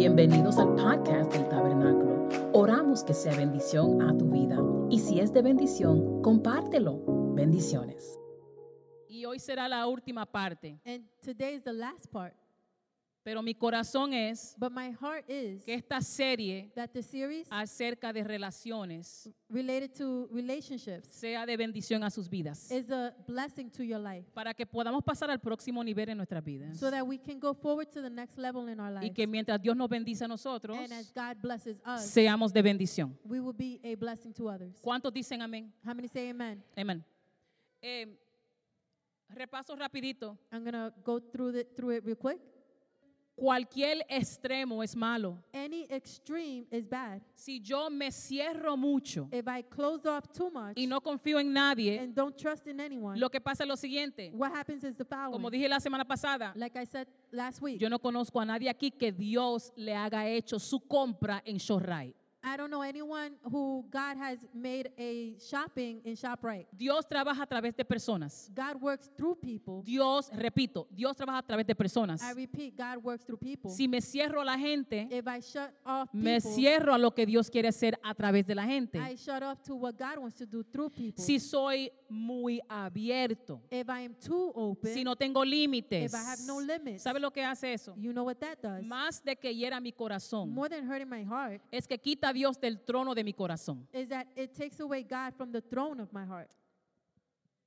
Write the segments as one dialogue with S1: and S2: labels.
S1: Bienvenidos al podcast del Tabernáculo. Oramos que sea bendición a tu vida y si es de bendición, compártelo. Bendiciones. Y hoy será la última parte,
S2: And today is the last part.
S1: pero mi corazón es
S2: But my heart is
S1: que Ah. esta serie
S2: that the series
S1: acerca de relaciones
S2: related to relationships
S1: sea de bendición a sus vidas,
S2: is a blessing to your life
S1: para que podamos pasar al próximo nivel en nuestras vidas.
S2: so that we can go forward to the next level in our life.
S1: Y que mientras Dios nos bendice a nosotros,
S2: And as God blesses us,
S1: seamos de bendición.
S2: we will be a blessing to others.
S1: ¿Cuántos dicen amén?
S2: How many say amen?
S1: Amén. Eh, repaso rapidito.
S2: I'm going to go through, the, through it real quick.
S1: Cualquier extremo es malo.
S2: Any extreme is bad.
S1: Si yo me cierro mucho
S2: If I close off too much
S1: y no confío en nadie,
S2: and don't trust in anyone,
S1: lo que pasa es lo siguiente.
S2: what happens is the following.
S1: Como dije la semana pasada,
S2: like I said last week,
S1: yo no conozco a nadie aquí que Dios le haga hecho su compra en Shorray.
S2: I don't know anyone who God has made a shopping in ShopRite.
S1: Dios trabaja a través de personas.
S2: God works through people.
S1: Dios, repito, Dios trabaja a través de personas.
S2: I repeat, God works through people.
S1: Si me cierro a la gente,
S2: If I shut off
S1: me
S2: people,
S1: cierro a lo que Dios quiere hacer a través de la gente.
S2: I shut off to what God wants to do through people.
S1: si soy muy abierto,
S2: if I am too open,
S1: si no tengo límites,
S2: If I have no limits.
S1: ¿sabe lo que hace eso?
S2: you know what that does.
S1: Más de que hiera mi corazón,
S2: More than hurting my heart
S1: es que quita a Dios del trono de mi corazón.
S2: is that it takes away God from the throne of my heart.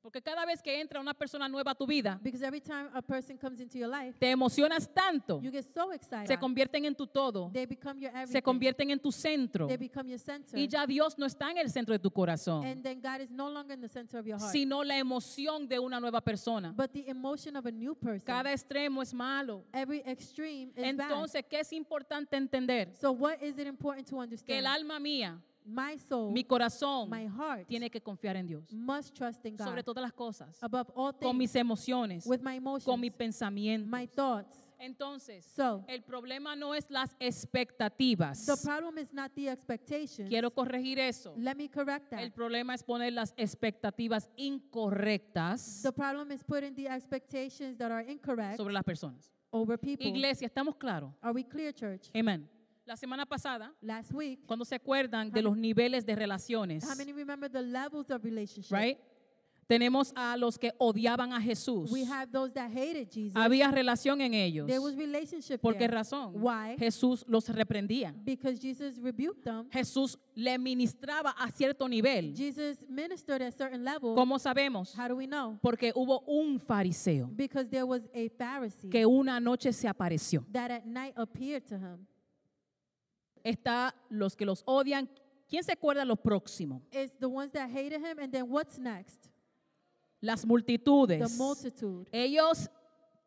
S1: Porque cada vez que entra una persona nueva a tu vida,
S2: Because every time a person comes into your life,
S1: te emocionas tanto,
S2: you get so excited.
S1: se convierten en tu todo,
S2: they become your everything.
S1: se convierten en tu centro,
S2: they become your center.
S1: y ya Dios no está en el centro de tu corazón,
S2: and then God is no longer in the center of your heart.
S1: sino la emoción de una nueva persona.
S2: But the emotion of a new person,
S1: Cada extremo es malo.
S2: every extreme is
S1: Entonces, ¿qué es importante entender?
S2: bad. So what is it important to
S1: Que el
S2: understand?
S1: alma mía
S2: My soul
S1: mi corazón
S2: my heart
S1: tiene que confiar en Dios
S2: must trust in God
S1: sobre todas las cosas
S2: above all
S1: con
S2: things
S1: mis emociones
S2: with my emotions,
S1: con mi pensamiento
S2: my thoughts.
S1: entonces
S2: So,
S1: el problema no es las
S2: the
S1: expectativas
S2: problem is not the expectations.
S1: quiero corregir eso
S2: Let me correct that.
S1: el problema es poner las expectativas incorrectas
S2: The problem is putting the expectations that are incorrect
S1: sobre las personas
S2: over people.
S1: iglesia estamos claros
S2: Are we clear, church?
S1: amén la semana pasada
S2: Last week,
S1: cuando se acuerdan de los niveles de relaciones
S2: how many remember the levels of relationship?
S1: right tenemos a los que odiaban a Jesús
S2: We have those that hated Jesus.
S1: había relación en ellos
S2: There was relationship
S1: ¿Por qué
S2: there.
S1: razón?
S2: Why?
S1: Jesús los reprendía.
S2: Because Jesus rebuked them.
S1: Jesús le ministraba a cierto nivel.
S2: Jesus ministered at a certain level.
S1: ¿Cómo sabemos?
S2: How do we know?
S1: Porque hubo un fariseo
S2: Because there was a Pharisee
S1: que una noche se apareció.
S2: that at night appeared to him.
S1: Está los que los odian. ¿Quién se acuerda lo próximo?
S2: It's the ones that hated him, and then what's next?
S1: Las
S2: The
S1: multitudes.
S2: multitude.
S1: Ellos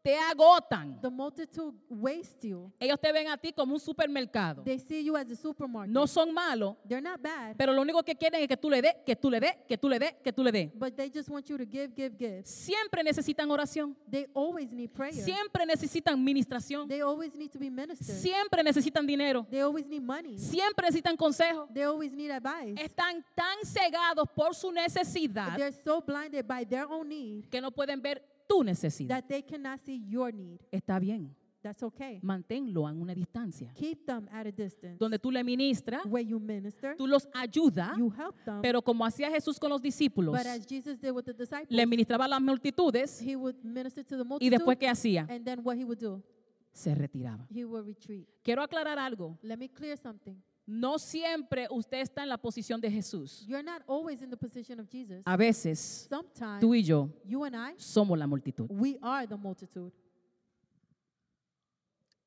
S1: te agotan.
S2: The multitude waste you.
S1: Ellos te ven a ti como un supermercado.
S2: They see you as a supermarket.
S1: No son malos,
S2: They're not bad,
S1: pero lo único que quieren es que tú le des, que tú le des, que tú le des, que tú le des.
S2: but they just want you to give, give, give.
S1: Siempre necesitan oración.
S2: They always need prayer.
S1: Siempre necesitan ministración.
S2: They always need to be ministered.
S1: Siempre necesitan dinero.
S2: They always need money.
S1: Siempre necesitan consejo.
S2: They always need advice.
S1: Están tan cegados por su necesidad
S2: They're so blinded by their own need
S1: que no pueden ver tu necesidad.
S2: that they cannot see your need.
S1: Está bien.
S2: That's okay.
S1: Manténlo a una distancia.
S2: Keep them at a distance.
S1: Donde tú le ministras,
S2: where you minister,
S1: tú los ayudas,
S2: you help them.
S1: pero como hacía Jesús con los discípulos,
S2: but as Jesus did with the disciples,
S1: le ministraba a las multitudes
S2: he would minister to the
S1: y
S2: multitude.
S1: después ¿qué hacía?
S2: and then what he would do?
S1: Se retiraba.
S2: He would retreat.
S1: Quiero aclarar algo.
S2: Let me clear something.
S1: No siempre usted está en la posición de Jesús.
S2: You're not always in the position of Jesus.
S1: A veces
S2: Sometimes
S1: tú y yo
S2: you and I,
S1: somos la multitud,
S2: we are the multitude.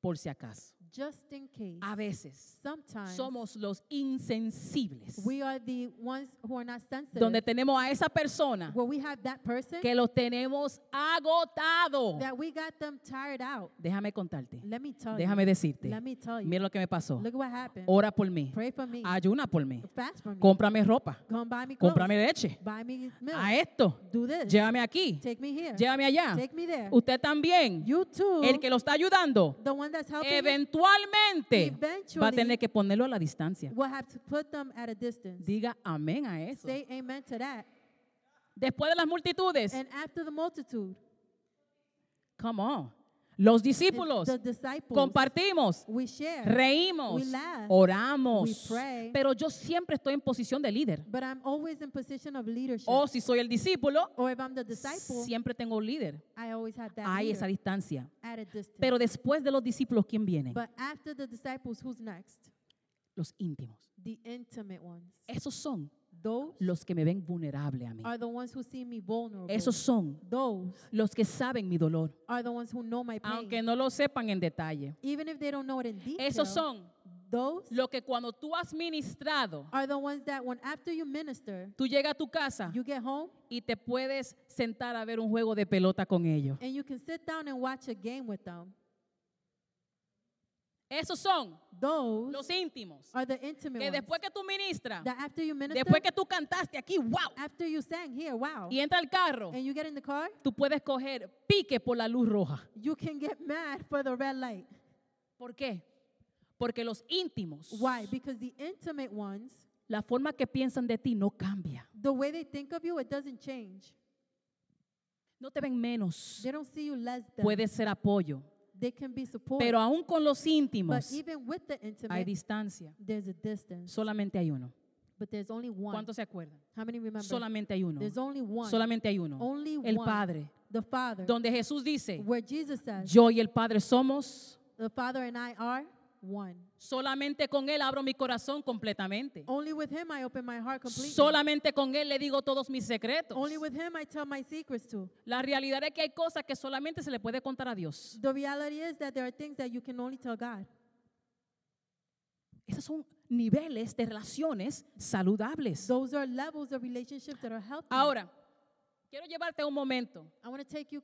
S1: por si acaso.
S2: Just in case.
S1: A veces
S2: Sometimes
S1: somos los insensibles,
S2: we are the ones who are not sensitive.
S1: donde tenemos a esa persona
S2: where we have that person
S1: que lo tenemos agotado.
S2: that we got them tired out.
S1: Déjame contarte,
S2: Let me tell
S1: déjame
S2: you.
S1: decirte,
S2: Let me tell you.
S1: mira lo que me pasó.
S2: Look what happened.
S1: Ora por mí,
S2: Pray for me.
S1: ayuna por mí,
S2: Fast for me.
S1: cómprame ropa,
S2: Come buy me clothes.
S1: cómprame leche,
S2: Buy me milk.
S1: a esto,
S2: Do this.
S1: llévame aquí,
S2: Take me here.
S1: llévame allá.
S2: Take me there.
S1: Usted también,
S2: You too.
S1: el que lo está ayudando,
S2: the one that's helping you
S1: eventualmente va a
S2: Eventually,
S1: tener que ponerlo a la distancia.
S2: will have to put them at a distance.
S1: Diga amén a eso.
S2: Say amen to that.
S1: Después de las multitudes,
S2: And after the multitude,
S1: Come on. Los
S2: The-
S1: discípulos
S2: the disciples,
S1: compartimos,
S2: we share,
S1: reímos,
S2: we laugh,
S1: oramos,
S2: we pray.
S1: pero yo siempre estoy en posición de líder.
S2: but I'm always in position of leadership.
S1: O si soy el discípulo,
S2: or if I'm the disciple,
S1: Oh, siempre tengo un líder.
S2: I always have that
S1: Hay
S2: leader
S1: esa distancia.
S2: at a distance.
S1: Pero después de los discípulos, ¿quién viene?
S2: but after the disciples, who's next?
S1: Los íntimos.
S2: The intimate ones.
S1: Esos son
S2: Those
S1: los que me ven vulnerable a mí.
S2: are the ones who see me vulnerable.
S1: Esos son
S2: Those
S1: los que saben mi dolor,
S2: are the ones who know my pain.
S1: aunque no lo sepan en detalle.
S2: Even if they don't know it in detail,
S1: Esos son
S2: those
S1: los que cuando tú has ministrado,
S2: are the ones that when after you minister,
S1: tú llegas a tu casa
S2: you get home
S1: y te puedes sentar a ver un juego de pelota con ellos.
S2: and you can sit down and watch a game with them.
S1: Esos son
S2: Those
S1: los íntimos.
S2: are the intimate
S1: Que
S2: ones.
S1: después que tú ministras,
S2: that after you minister,
S1: después que tú cantaste aquí, wow,
S2: after you sang here, wow,
S1: y entra el carro,
S2: and you get in the car,
S1: tú puedes coger pique por la luz roja.
S2: you can get mad for the red light.
S1: ¿Por qué? Porque los íntimos,
S2: Why? Because the intimate ones,
S1: la forma que piensan de ti no cambia.
S2: the way they think of you, it doesn't change.
S1: No te ven menos.
S2: They don't see you less than.
S1: Puedes ser apoyo.
S2: they can be support.
S1: Pero aún con los
S2: but
S1: íntimos
S2: even with the
S1: hay
S2: intimate,
S1: distancia.
S2: there's a distance.
S1: Solamente hay uno.
S2: But there's only one.
S1: ¿Cuántos se acuerdan?
S2: How many remember?
S1: Solamente hay uno.
S2: There's only one.
S1: Solamente hay uno.
S2: Only
S1: El
S2: one.
S1: Padre.
S2: The Father.
S1: Donde Jesús dice,
S2: Where Jesus says,
S1: yo y el Padre somos,
S2: the Father and I are one.
S1: solamente con Él abro mi corazón completamente.
S2: Only with Him I open my heart completely.
S1: Solamente con Él le digo todos mis secretos.
S2: Only with Him I tell my secrets to.
S1: La realidad es que hay cosas que solamente se le puede contar a Dios.
S2: The reality is that there are things that you can only tell God.
S1: Esos son niveles de relaciones saludables.
S2: Those are levels of relationships that are healthy.
S1: Ahora, quiero llevarte a un momento,
S2: I want to take you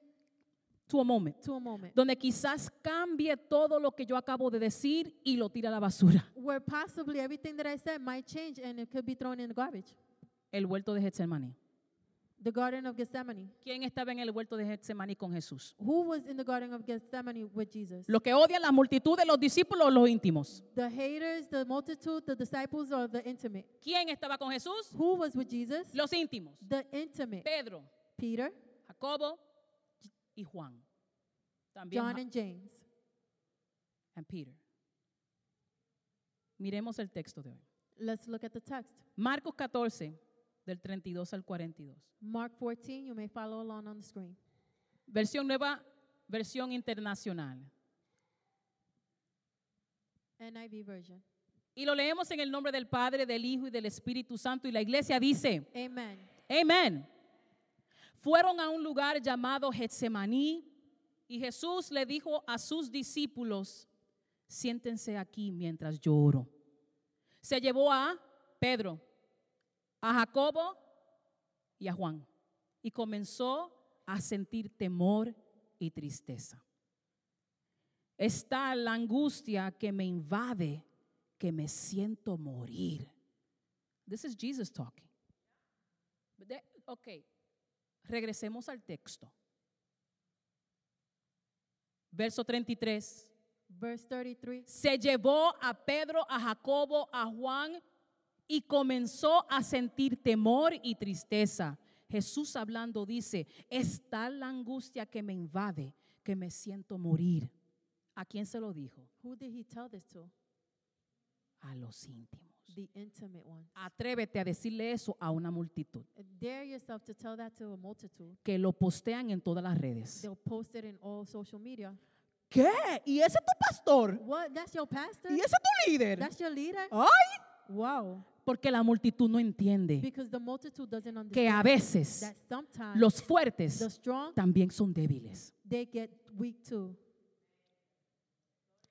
S1: to a moment,
S2: to a moment
S1: donde quizás cambie todo lo que yo acabo de decir y lo tira a la basura.
S2: where possibly everything that I said might change and it could be thrown in the garbage.
S1: El huerto de Getsemaní.
S2: The Garden of Gethsemane.
S1: ¿Quién estaba en el huerto de Getsemaní con Jesús?
S2: Who was in the Garden of Gethsemane with Jesus?
S1: Los que odian la multitud de los discípulos o los íntimos.
S2: The haters, the multitude, the disciples, or the intimate?
S1: ¿Quién estaba con Jesús?
S2: Who was with Jesus?
S1: Los íntimos.
S2: The intimate.
S1: Pedro,
S2: Peter,
S1: Jacobo y Juan. También
S2: John,
S1: Ja-
S2: and James.
S1: and Peter. Miremos el texto de hoy.
S2: Let's look at the text.
S1: Marcos 14, del 32 al 42.
S2: Mark 14, you may follow along on the screen.
S1: Versión nueva, versión internacional.
S2: NIV version.
S1: Y lo leemos en el nombre del Padre, del Hijo y del Espíritu Santo. Y la iglesia dice,
S2: Amen.
S1: amén. Fueron a un lugar llamado Getsemaní y Jesús le dijo a sus discípulos, siéntense aquí mientras yo oro. Se llevó a Pedro, a Jacobo y a Juan y comenzó a sentir temor y tristeza. Está la angustia que me invade, que me siento morir. This is Jesus talking. But that- ok, regresemos al texto. Verso 33.
S2: Verse 33.
S1: Se llevó a Pedro, a Jacobo, a Juan y comenzó a sentir temor y tristeza. Jesús hablando dice, está la angustia que me invade, que me siento morir. ¿A quién se lo dijo?
S2: Who did he tell this to?
S1: A los íntimos.
S2: The intimate one.
S1: Atrévete a decirle eso a una multitud
S2: Dare yourself to tell that to a multitude.
S1: que lo postean en todas las redes.
S2: They'll post it in all social media.
S1: ¿Qué? ¿Y ese es tu pastor?
S2: What? That's your pastor?
S1: es tu líder?
S2: That's your leader?
S1: ¡Ay!
S2: Wow.
S1: Porque la multitud no entiende
S2: Because the multitude doesn't
S1: que
S2: understand
S1: a veces
S2: that sometimes
S1: los
S2: the
S1: fuertes
S2: strong,
S1: también son débiles.
S2: they get weak too.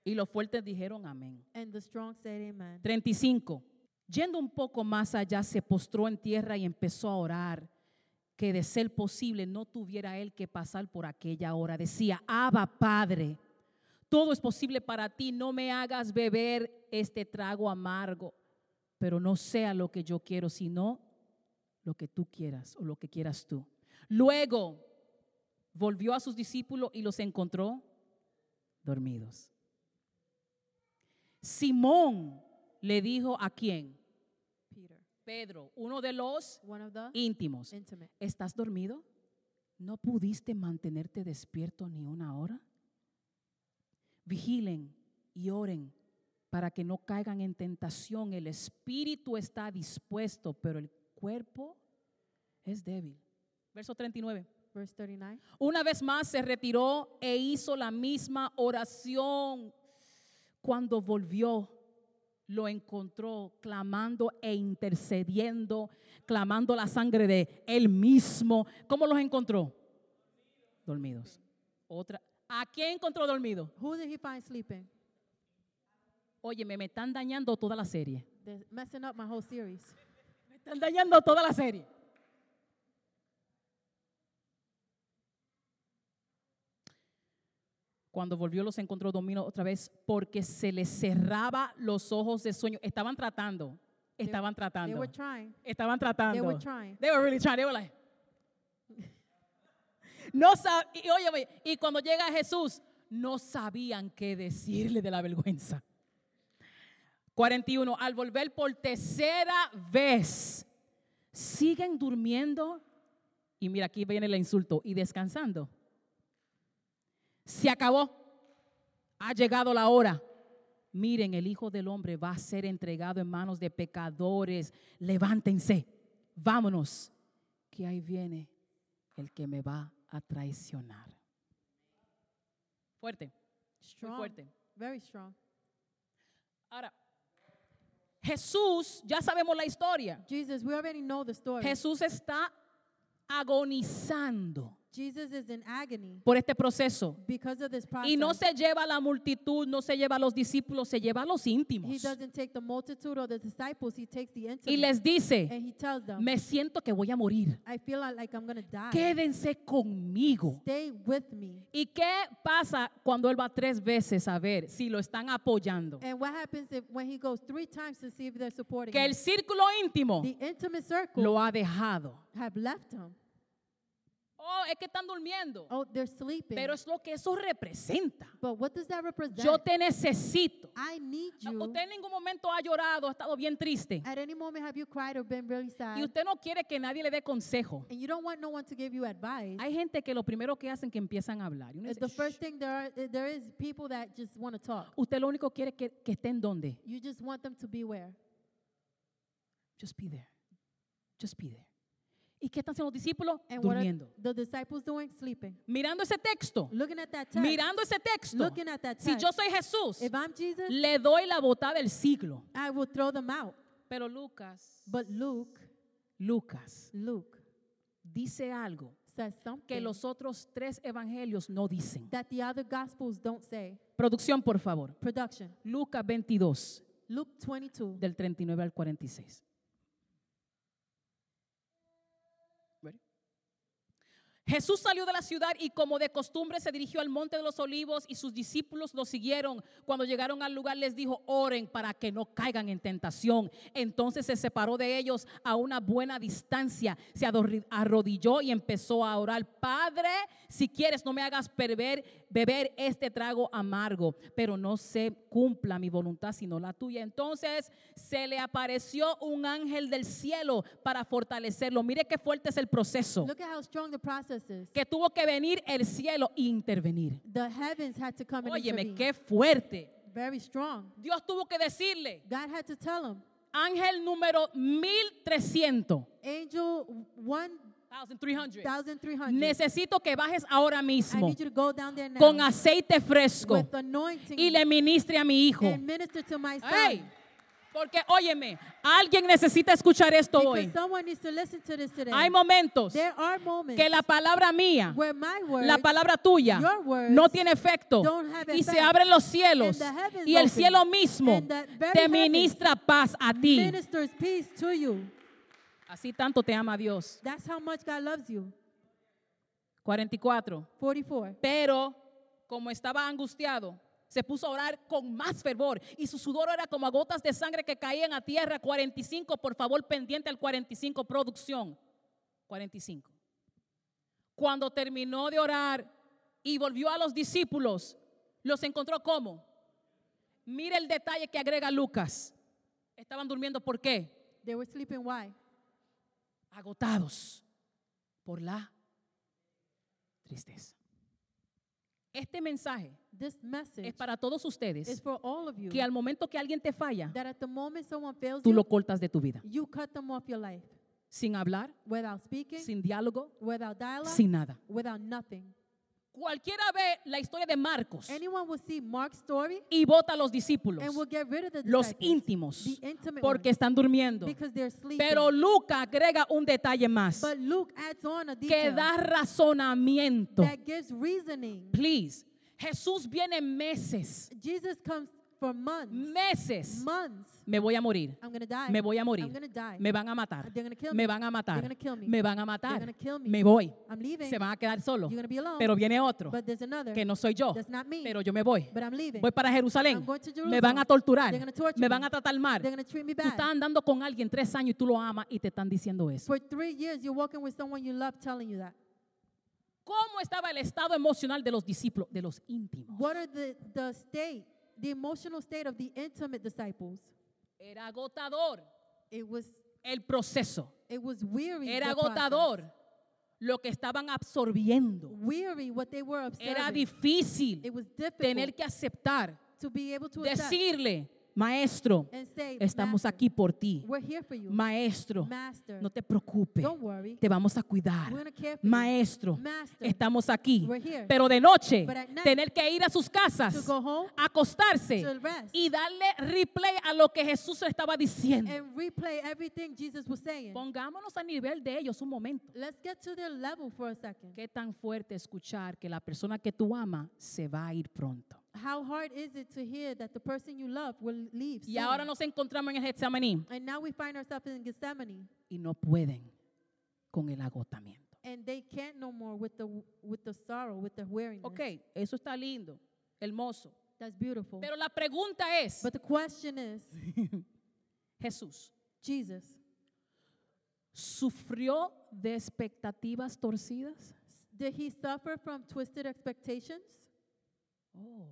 S1: Y los fuertes dijeron amén.
S2: And the strong said amen.
S1: 35. Yendo un poco más allá, se postró en tierra y empezó a orar que de ser posible no tuviera él que pasar por aquella hora. Decía, Abba Padre, todo es posible para ti, no me hagas beber este trago amargo, pero no sea lo que yo quiero, sino lo que tú quieras o lo que quieras tú. Luego volvió a sus discípulos y los encontró dormidos. Simón le dijo a quién?
S2: Peter,
S1: Pedro, uno de los
S2: one of the
S1: íntimos.
S2: intimate.
S1: ¿Estás dormido? ¿No pudiste mantenerte despierto ni una hora? vigilen y oren para que no caigan en tentación. El espíritu está dispuesto, pero el cuerpo es débil. Verso 39.
S2: Verse 39.
S1: Una vez más se retiró e hizo la misma oración. Cuando volvió, lo encontró clamando e intercediendo, clamando la sangre de él mismo. ¿Cómo los encontró? Dormidos. Otra. ¿A quién encontró dormido?
S2: Who did he find sleeping?
S1: Óyeme, me están dañando toda la serie.
S2: They're messing up my whole series.
S1: Me están dañando toda la serie. Cuando volvió los encontró dormidos otra vez porque se les cerraba los ojos de sueño. Estaban tratando, estaban
S2: They
S1: tratando,
S2: were trying.
S1: estaban tratando.
S2: They were trying.
S1: They were really trying. They were like- no sab- y óyeme, y cuando llega Jesús, no sabían qué decirle de la vergüenza. 41. Al volver por tercera vez, siguen durmiendo. Y mira, aquí viene el insulto. Y descansando. Se acabó. Ha llegado la hora. Miren, el Hijo del Hombre va a ser entregado en manos de pecadores. Levántense. Vámonos. Que ahí viene el que me va a traicionar. Fuerte.
S2: Strong.
S1: fuerte.
S2: Very strong.
S1: Ahora, Jesús, ya sabemos la historia.
S2: Jesus, we already know the story.
S1: Jesús está agonizando
S2: Jesus is in agony
S1: por este proceso.
S2: because of this process.
S1: Y no se lleva a la multitud, no se lleva a los discípulos, se lleva a los
S2: he
S1: íntimos.
S2: doesn't take the multitude or the disciples, he takes the intimate.
S1: Y les dice,
S2: and he tells them,
S1: me siento que voy a morir.
S2: I feel like I'm going to die.
S1: Quédense conmigo.
S2: Stay with me.
S1: ¿Y qué pasa cuando él va tres veces a ver si lo están apoyando?
S2: And what happens if, when he goes three times to see if they're supporting
S1: Que
S2: him?
S1: el círculo íntimo
S2: The intimate circle
S1: lo ha dejado.
S2: have left him.
S1: Oh, es que están durmiendo.
S2: Oh, they're sleeping.
S1: Pero es lo que eso representa.
S2: but what does that represent?
S1: Yo te necesito.
S2: I need
S1: No,
S2: you.
S1: usted en ningún momento ha llorado, ha estado bien triste.
S2: At any moment have you cried or been really sad?
S1: Y usted no quiere que nadie le dé consejo.
S2: and you don't want no one to give you advice.
S1: Hay gente que lo primero que hacen que empiezan a hablar. Y uno
S2: It's
S1: dice,
S2: the first
S1: "Shh".
S2: thing there are, eh, there is people that just want to talk.
S1: usted lo único quiere que, que estén donde.
S2: You just want them to be where?
S1: Just be there. Just be there. ¿Y qué están haciendo los discípulos?
S2: And what are
S1: Durmiendo.
S2: the disciples doing? Sleeping.
S1: Mirando ese texto.
S2: Looking at that text.
S1: Mirando ese texto.
S2: Looking at that
S1: Si
S2: text.
S1: yo soy Jesús,
S2: if I'm Jesus,
S1: le doy la botada del siglo.
S2: I will throw them out.
S1: Pero Lucas,
S2: But Luke,
S1: Lucas
S2: Luke
S1: dice algo
S2: says something
S1: que los otros tres evangelios no dicen.
S2: that the other gospels don't say.
S1: Producción, por favor.
S2: Production.
S1: Lucas 22,
S2: Luke 22.
S1: del 39 al 46. Ready? Jesús salió de la ciudad y como de costumbre se dirigió al monte de los olivos y sus discípulos lo siguieron. Cuando llegaron al lugar les dijo, oren para que no caigan en tentación. Entonces se separó de ellos a una buena distancia, se adorri- arrodilló y empezó a orar, Padre, si quieres no me hagas perver- beber este trago amargo, pero no se cumpla mi voluntad sino la tuya. Entonces se le apareció un ángel del cielo para fortalecerlo. Mire qué fuerte es el proceso
S2: Look at how strong the process is.
S1: que tuvo que venir el cielo e intervenir.
S2: The heavens had to come and
S1: Óyeme,
S2: intervene.
S1: qué fuerte.
S2: Very strong.
S1: Dios tuvo que decirle,
S2: God had to tell him.
S1: ángel número 1300,
S2: Angel
S1: 1300,
S2: 1,300.
S1: necesito que bajes ahora
S2: I
S1: mismo
S2: need you to go down there now
S1: con aceite fresco
S2: with anointing
S1: y le ministre a mi hijo.
S2: and minister to my son.
S1: Ey, porque óyeme, alguien necesita escuchar esto
S2: because
S1: hoy.
S2: someone needs to listen to this today.
S1: Hay momentos
S2: there are moments
S1: que la palabra mía
S2: where my words
S1: la palabra tuya
S2: your words
S1: no tiene efecto
S2: don't have
S1: y se
S2: effect.
S1: abren los cielos
S2: And the heavens
S1: y el
S2: open.
S1: cielo mismo
S2: And the very
S1: te
S2: heavens
S1: ministra paz a ti.
S2: ministers peace to you.
S1: Así tanto te ama Dios.
S2: That's how much God loves you.
S1: 44.
S2: 44.
S1: Pero como estaba angustiado, se puso a orar con más fervor y su sudor era como a gotas de sangre que caían a tierra. 45, por favor, pendiente al 45, producción. 45. Cuando terminó de orar y volvió a los discípulos, los encontró como. Mira el detalle que agrega Lucas. Estaban durmiendo, ¿por qué?
S2: They were sleeping. Why?
S1: agotados por la tristeza. Este mensaje
S2: This message
S1: es para todos
S2: is
S1: ustedes
S2: for all of you
S1: que al momento que alguien te falla,
S2: that at the moment someone fails
S1: tú
S2: you,
S1: lo cortas de tu vida.
S2: you cut them off your life
S1: Sin hablar,
S2: without speaking,
S1: sin diálogo,
S2: without dialogue,
S1: sin nada.
S2: without nothing.
S1: Cualquiera ve la historia de Marcos
S2: Anyone will see Mark's story
S1: y vota a los discípulos,
S2: and will get rid of the
S1: los
S2: disciples, the
S1: íntimos,
S2: intimate
S1: porque
S2: ones,
S1: están durmiendo.
S2: because they're sleeping.
S1: Pero Lucas agrega un detalle más
S2: but Luke adds on a
S1: que
S2: detail
S1: da razonamiento.
S2: that gives reasoning.
S1: Please, Jesús viene meses,
S2: Jesus comes for months,
S1: meses.
S2: months.
S1: Me voy a morir,
S2: I'm gonna die.
S1: me voy a morir,
S2: I'm gonna die.
S1: me van a matar,
S2: They're gonna kill
S1: me
S2: me.
S1: van a matar,
S2: They're gonna kill me.
S1: me van a
S2: They're
S1: matar,
S2: gonna kill me.
S1: me voy,
S2: I'm leaving.
S1: se van a quedar solos.
S2: You're gonna be alone.
S1: Pero viene otro
S2: but there's another.
S1: que no soy yo,
S2: That's not me.
S1: pero yo me voy.
S2: but I'm leaving.
S1: Voy para Jerusalén,
S2: I'm going to
S1: me
S2: Jerusalem.
S1: van a torturar,
S2: They're gonna torture
S1: me van
S2: me.
S1: a tratar mal.
S2: They're gonna treat me
S1: Tú
S2: bad. Pues-
S1: estás andando con alguien tres años y tú lo amas y te están diciendo eso.
S2: For three years, you're walking with someone you love telling you that.
S1: ¿Cómo estaba el estado emocional de los discípulos, de los íntimos?
S2: What are the, the state, the emotional state of the intimate disciples?
S1: Era agotador
S2: It was
S1: el proceso.
S2: it was weary.
S1: Era
S2: the process.
S1: agotador lo que estaban absorbiendo.
S2: Weary what they were observing.
S1: Era difícil
S2: it was difficult
S1: tener que aceptar,
S2: to be able to accept
S1: decirle, maestro,
S2: and say,
S1: estamos
S2: "Master,
S1: aquí por ti.
S2: We're here for you.
S1: Maestro,
S2: Master,
S1: no te preocupes,
S2: don't worry.
S1: te vamos a cuidar.
S2: We're gonna care for you.
S1: Maestro,
S2: Master,
S1: estamos aquí.
S2: we're here.
S1: Pero de noche,
S2: But at night,
S1: tener que ir a sus
S2: to
S1: casas,
S2: go home,
S1: acostarse
S2: to rest.
S1: y darle replay a lo que Jesús le estaba diciendo.
S2: and replay everything Jesus was saying.
S1: Pongámonos a nivel de ellos un momento.
S2: Let's get to their level for a second.
S1: Qué tan fuerte escuchar que la persona que tú amas se va a ir pronto.
S2: How hard is it to hear that the person you love will leave?
S1: Y
S2: soon?
S1: ahora nos encontramos en el Getsemaní
S2: and now we find ourselves in Gethsemane,
S1: y no pueden con el agotamiento.
S2: and they can't no more with the with the sorrow, with the weariness.
S1: Ok, eso está lindo, hermoso.
S2: that's beautiful.
S1: Pero la pregunta es,
S2: But the question is,
S1: Jesús,
S2: Jesus
S1: ¿sufrió de expectativas torcidas?
S2: did he suffer from twisted expectations?
S1: Oh.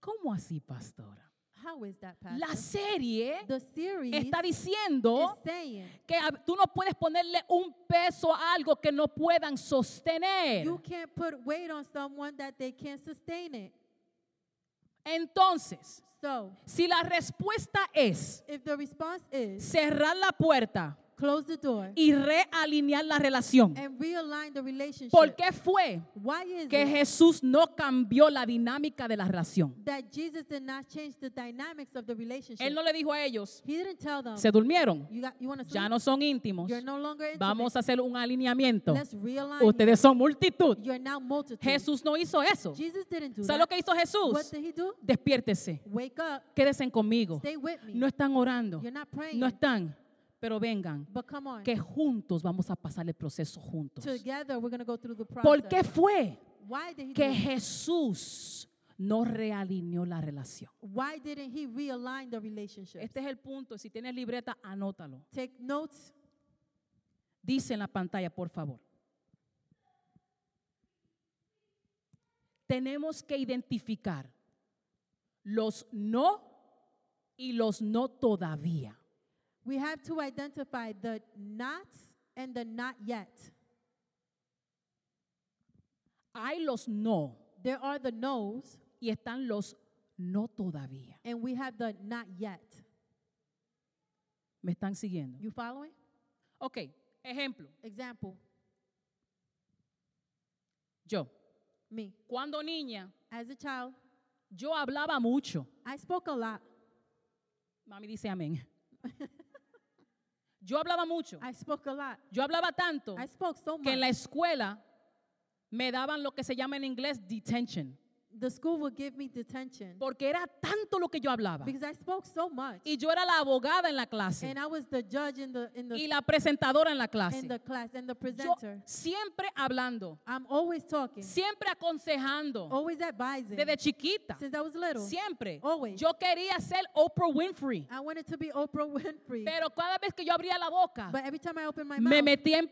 S1: ¿Cómo así, pastora?
S2: How is that, Pastor?
S1: La serie
S2: the series
S1: está
S2: is
S1: diciendo
S2: saying
S1: que a- tú no puedes ponerle un peso a algo que no puedan sostener.
S2: you can't put weight on someone that they can't sustain it.
S1: Entonces,
S2: So,
S1: si la respuesta es
S2: if the response is
S1: cerrar la puerta
S2: close the door
S1: y realinear la relación,
S2: and realign the relationship,
S1: ¿por qué fue
S2: why is
S1: que
S2: it
S1: Jesús no cambió la dinámica de la relación?
S2: that Jesus did not change the dynamics of the relationship?
S1: Él no le dijo a ellos,
S2: he didn't tell them
S1: se durmieron,
S2: you got you want to
S1: ya no son íntimos,
S2: You're no longer intimate.
S1: vamos a hacer un alineamiento.
S2: Let's realign.
S1: Ustedes son multitud.
S2: You're now multitude.
S1: Jesús no hizo eso.
S2: Jesus didn't do
S1: ¿Sabes lo
S2: that.
S1: que hizo
S2: What
S1: Jesús?
S2: did he do?
S1: Despiértese,
S2: Wake up.
S1: quédense conmigo.
S2: Stay with me.
S1: No están orando,
S2: You're not praying.
S1: no están, pero vengan,
S2: but come on.
S1: que juntos vamos a pasar el proceso juntos.
S2: Together we're going to go through the process.
S1: ¿Por qué fue
S2: Why did he
S1: que
S2: do that?
S1: Jesús no realineó la relación?
S2: Why didn't he realign the relationship?
S1: Este es el punto. Si tienes libreta, anótalo.
S2: Take notes.
S1: Dice en la pantalla, por favor. Tenemos que identificar los no y los no todavía.
S2: We have to identify the not and the not yet.
S1: Hay los no
S2: There are the no's
S1: y están los no todavía.
S2: and we have the not yet.
S1: ¿Me están siguiendo?
S2: You following?
S1: Ok, ejemplo,
S2: Example,
S1: yo.
S2: me.
S1: Cuando niña,
S2: As a child,
S1: yo hablaba mucho.
S2: I spoke a lot.
S1: Mami dice amén. Yo hablaba mucho.
S2: I spoke a lot.
S1: Yo hablaba tanto
S2: I spoke so
S1: que en la
S2: much.
S1: escuela me daban lo que se llama en inglés detention,
S2: The school would give me detention
S1: porque era tanto lo que yo hablaba.
S2: because I spoke so much.
S1: Y yo era la abogada en la clase
S2: And I was the judge in the in
S1: y
S2: the
S1: la presentadora en la
S2: in
S1: clase.
S2: the class and the
S1: Yo
S2: presenter.
S1: siempre hablando,
S2: I'm always talking,
S1: siempre aconsejando
S2: always advising.
S1: desde chiquita.
S2: Since I was little,
S1: Siempre.
S2: Always.
S1: Yo quería ser Oprah Winfrey,
S2: I wanted to be Oprah Winfrey.
S1: pero cada vez que yo abría la boca
S2: But every time I opened my
S1: me
S2: mouth,
S1: metía en
S2: I would get in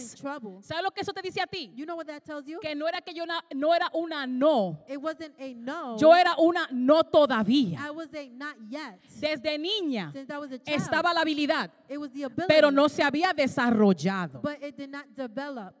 S1: problemas.
S2: trouble.
S1: ¿Sabes lo que eso te dice a ti?
S2: You know what that tells you?
S1: que no era que yo na- no era una no,
S2: It wasn't a no.
S1: yo era una no todavía.
S2: I was a not yet.
S1: Desde niña
S2: Since I was a child,
S1: estaba la habilidad,
S2: it was the ability, Pues
S1: pero no se había desarrollado.
S2: but it did not develop.